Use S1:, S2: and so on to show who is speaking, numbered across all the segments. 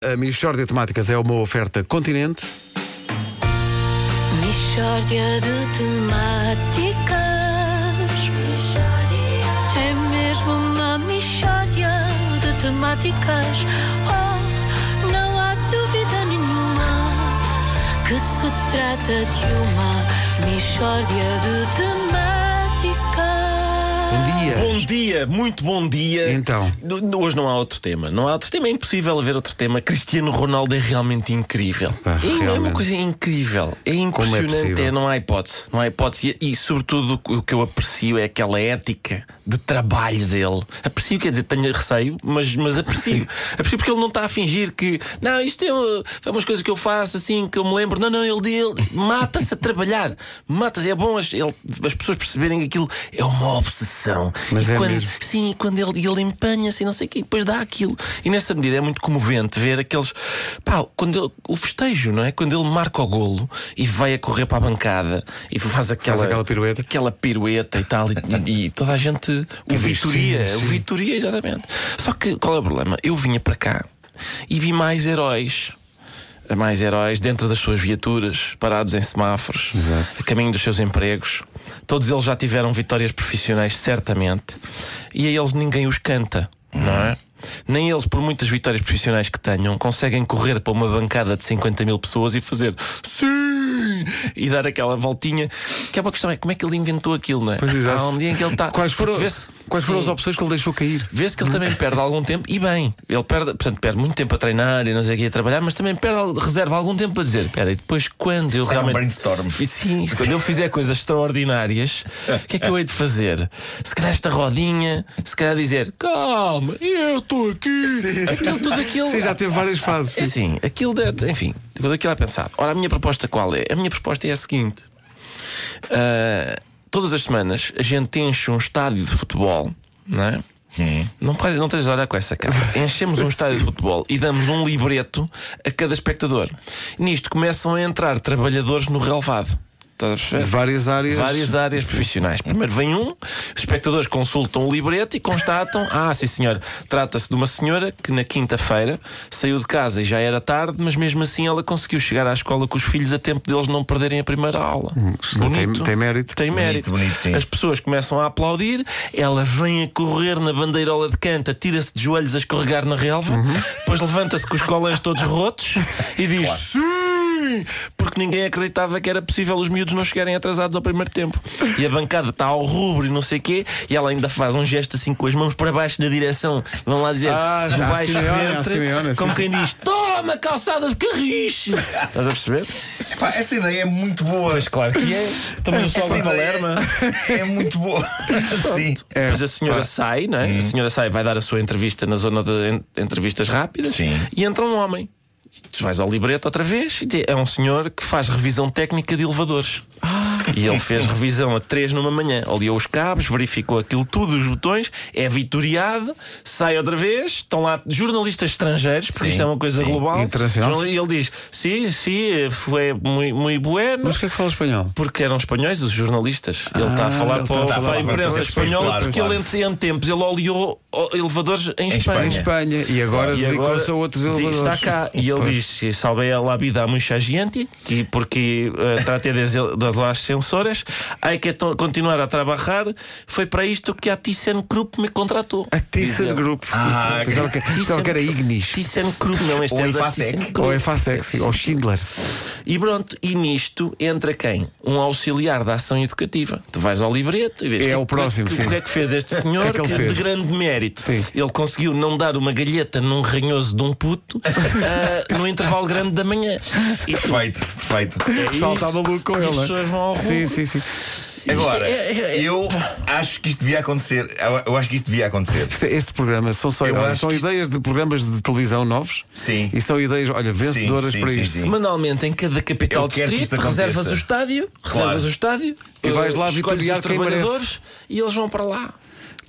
S1: A Michórdia de Temáticas é uma oferta continente.
S2: Mistória de temáticas. É mesmo uma mistória de temáticas. Oh, não há dúvida nenhuma que se trata de uma mistória de temáticas.
S1: dia.
S3: Bom dia, muito bom dia.
S1: Então.
S3: No- no- Hoje não há outro tema. Não há outro tema, é impossível haver outro tema. Cristiano Ronaldo é realmente incrível.
S1: Pá,
S3: é
S1: Ah, realmente.
S3: uma coisa incrível. É
S1: Como é
S3: impressionante.
S1: possível?
S3: não há hipótese. Não há hipótese. E, e, sobretudo o que eu aprecio é aquela ética de trabalho dele. Aprecio, quer dizer, tenho receio, mas, mas aprecio. Aprecio porque ele não está a fingir que não, isto é, uh, é umas coisas que eu faço assim, que eu me lembro. Não, não, ele, ele mata-se a trabalhar. Mata-se. É bom as, ele- as pessoas perceberem que aquilo é uma obsessão.
S1: Mas
S3: E
S1: é
S3: quando-
S1: mesmo.
S3: Sim, e quando ele, e ele empenha-se e não sei o quê, e depois dá aquilo. E nessa medida é muito comovente ver aqueles. Pá, quando ele- o festejo, não é? Quando ele marca o golo e vai a correr para a bancada e faz aquela,
S1: aquela pirueta.
S3: aquela pirueta e tal, e, e- e toda a gente o
S1: visto,
S3: vitoria,
S1: sim,
S3: o
S1: sim.
S3: vitoria, exatamente. Só que qual é o problema? Eu vinha para cá e vi mais heróis. Mais heróis dentro das suas viaturas, parados em semáforos,
S1: Exato.
S3: a caminho dos seus empregos. Todos eles já tiveram vitórias profissionais, certamente, e a eles ninguém os canta, não é? Nem eles, por muitas vitórias profissionais que tenham, conseguem correr para uma bancada de 50 mil pessoas e fazer sim e dar aquela voltinha. Que é uma questão, é como é que ele inventou aquilo, não é?
S1: Pois, exato.
S3: Há um dia em que ele está.
S1: Quais foram,
S3: Vê-se-
S1: quais foram
S3: Sim.
S1: as opções que ele deixou cair?
S3: Vê-se que ele também perde algum tempo e bem. Ele perde, portanto, perde muito tempo a treinar e não sei o que a trabalhar, mas também perde, al- reserva algum tempo para dizer: espera, e depois quando eu realmente.
S4: brainstorm.
S3: E Sim, quando eu fizer coisas extraordinárias, o que é que eu hei de fazer? Se calhar esta rodinha, se calhar dizer: calma, eu estou aqui. aquilo, tudo aquilo.
S1: Sim, já teve várias fases.
S3: É assim, aquilo de, enfim, tudo aquilo a pensar. Ora, a minha proposta qual é? A minha proposta é a seguinte: Ah, todas as semanas a gente enche um estádio de futebol, não é? Não, faz- não tens de olhar com essa cara. Enchemos um estádio de futebol e damos um libreto a cada espectador. Nisto começam a entrar trabalhadores no relevado. Estás a perceber?
S1: De várias é. áreas.
S3: Várias áreas profissionais. Primeiro vem um, os espectadores consultam o libreto e constatam: ah, sim senhor, trata-se de uma senhora que na quinta-feira saiu de casa e já era tarde, mas mesmo assim ela conseguiu chegar à escola com os filhos a tempo deles não perderem a primeira aula.
S1: Hum, Tem- tem mérito. Hum.
S3: Tem mérito.
S4: bonito, sim.
S3: As pessoas começam a aplaudir, ela vem a correr na bandeirola de canta, tira-se de joelhos a escorregar na relva, depois levanta-se com os colãs todos rotos e diz: Sim! Porque ninguém acreditava que era possível os miúdos não chegarem atrasados ao primeiro tempo. E a bancada está ao rubro e não sei o quê, e ela ainda faz um gesto assim com as mãos para baixo na direção, vão lá dizer,
S1: Ah, já,
S3: de baixo
S1: Simeone,
S3: ventre,
S1: Simeone, sim,
S3: como
S1: sim.
S3: quem diz: Toma, calçada de carriche! Estás a perceber?
S4: Pá, essa ideia é muito boa.
S3: Mas claro que é. Também eu sou
S4: Essa
S3: a
S4: ideia
S3: Palerma.
S4: É muito boa. Sim.
S3: Depois a senhora sai, não é?
S4: Hum.
S3: A senhora sai, vai dar a sua entrevista na zona de en- entrevistas rápidas
S4: Sim.
S3: e entra um homem. Tu vais ao libreto outra vez e diz- é um senhor que faz revisão técnica de elevadores.
S4: Ah.
S3: E ele fez revisão a três numa manhã, aliou os cabos, verificou aquilo tudo, os botões, é vitoriado, sai outra vez, estão lá jornalistas estrangeiros, porque
S4: Sim,
S3: isto é uma coisa
S4: sim.
S3: global.
S1: Internacional.
S3: Jornal- E ele diz: Sim, sim, foi muito muito bueno.
S1: Mas o que é que fala espanhol?
S3: Porque eram espanhóis os jornalistas. ele está a falar
S1: Ah, ele está
S3: para,
S1: a
S3: para
S4: falar
S3: a imprensa
S4: para-
S3: espanhola
S4: claro,
S3: porque
S4: claro.
S3: ele, entre- em tempos, ele oleou ó, elevadores em, Espanha.
S1: Em Espanha. E agora
S3: E agora
S1: dedicou-se a outros
S3: diz-
S1: elevadores.
S3: Está cá. E ele
S1: Pois.
S3: diz: Salvei a la vida a muita gente, e porque eh, tratei das, das las censoras, há que to- continuar a trabalhar. Foi para isto que a ThyssenKrupp me contratou.
S1: A Thyssen Group.
S4: Ah,
S1: Sim, sim. Pensava que, pensava que era Ignis.
S3: ThyssenKrupp, não, este
S4: Ou
S3: é da
S4: Infasec.
S3: ThyssenKrupp.
S1: Ou é Fasex. Ou Schindler.
S3: E pronto, e nisto entra quem? Um auxiliar da ação educativa. Tu vais ao libreto e vês
S1: É
S3: que-
S1: o próximo,
S3: que-
S1: sim.
S3: O que é que fez este senhor
S1: O que é que ele fez?
S3: de grande mérito?
S1: Sim.
S3: Ele conseguiu não dar uma galheta num ranhoso de um puto ah, no intervalo grande da manhã. E tu,
S4: Perfeito, perfeito.
S1: O pessoal está maluco com
S3: E as
S1: ele. não é?
S3: pessoas vão ao
S1: Sim,
S3: rubro.
S1: sim, sim.
S4: Agora,
S3: é- é- é-
S4: eu acho que isto devia acontecer. Eu- Eu acho que isto devia acontecer.
S1: Este, este programa são só
S4: Eu
S1: ideias.
S4: acho
S1: São
S4: que
S1: ideias de programas de televisão novos.
S4: Sim.
S1: E são ideias, olha, vencedoras
S4: sim,
S1: para
S4: sim,
S1: isto.
S4: sim.
S3: Semanalmente em cada capital
S4: Eu quero que isto
S3: distrito
S4: aconteça.
S3: reservas o estádio,
S4: Claro.
S3: reservas o estádio
S1: E vais lá
S3: eh, escolhes
S1: vitoriar
S3: os
S1: quem merece.
S3: trabalhadores e eles vão para lá.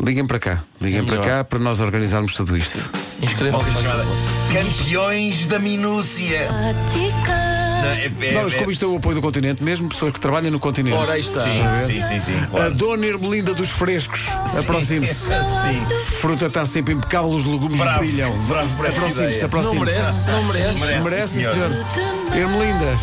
S1: Liguem para cá. Liguem para
S3: Melhor.
S1: cá para nós organizarmos tudo isto.
S3: Inscrevam-se.
S4: Chamada Campeões da Minúcia.
S2: Temáticas.
S4: Não, é, é,
S1: Não, mas
S4: é-
S1: como isto é o apoio do continente, mesmo pessoas que trabalham no continente.
S3: Ora, aí está.
S4: Sim, sim, sim, sim,
S1: A
S4: claro.
S1: Dona Irmelinda dos Frescos. Aproxime-se.
S4: Sim.
S1: Fruta está sempre impecável, os legumes
S4: Bravo,
S1: brilham.
S4: bravo por essa
S1: Aproxime-se,
S4: ideia.
S3: Não
S1: aproxime-se.
S3: merece, não merece.
S4: Merece,
S1: Merece,
S4: sim, senhor.
S1: senhor. Irmelinda,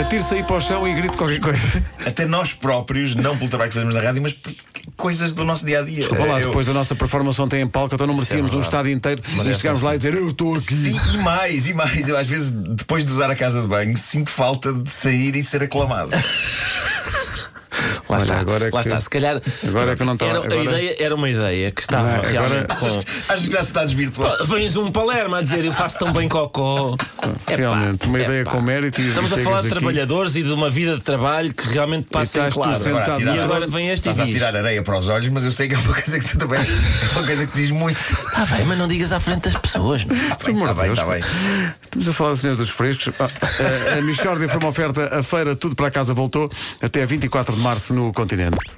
S1: atire-se aí para o chão e grite qualquer coisa.
S4: Até nós próprios, não pelo trabalho que fazemos na rádio, mas por coisas do nosso dia a dia.
S1: Desculpa lá,
S4: É, Eu- é
S1: depois da nossa performance ontem em palco, então não merecíamos um estádio inteiro e chegámos lá e dizer eu estou aqui.
S4: Sim, e mais, e mais. Eu às vezes, depois de usar a casa de banho, sinto falta de sair e ser aclamado.
S3: Lá
S1: Olha,
S3: está,
S1: agora é
S3: lá
S1: que-
S3: está. Se calhar.
S1: Agora é que eu não estava-
S3: Era,
S1: agora-
S3: a ideia, era uma ideia que estava
S1: Ah, agora-
S3: realmente com.
S4: Acho que já se está desvirtuado.
S3: Vens um Palermo a dizer eu faço tão bem cocó. Epá,
S1: Realmente, uma
S3: epá.
S1: ideia com mérito e
S3: Estamos a
S1: chegas
S3: falar de
S1: aqui.
S3: trabalhadores e de uma vida de trabalho que realmente passa em
S1: estás tu
S3: claro.
S1: sentado
S4: Agora,
S3: e
S4: tirado.
S3: agora vem este e
S4: Estás a
S3: diz.
S4: tirar areia para os olhos, mas eu sei que é uma coisa que tu também. É uma coisa que diz muito.
S3: Ah, bem, mas não digas à frente das pessoas. não. é?"
S4: Está bem, está bem, está bem.
S1: Estamos a falar do Senhor dos Frescos. Ah, A, a Michórdia foi uma oferta, a feira Tudo para Casa voltou até 24 de março no continente.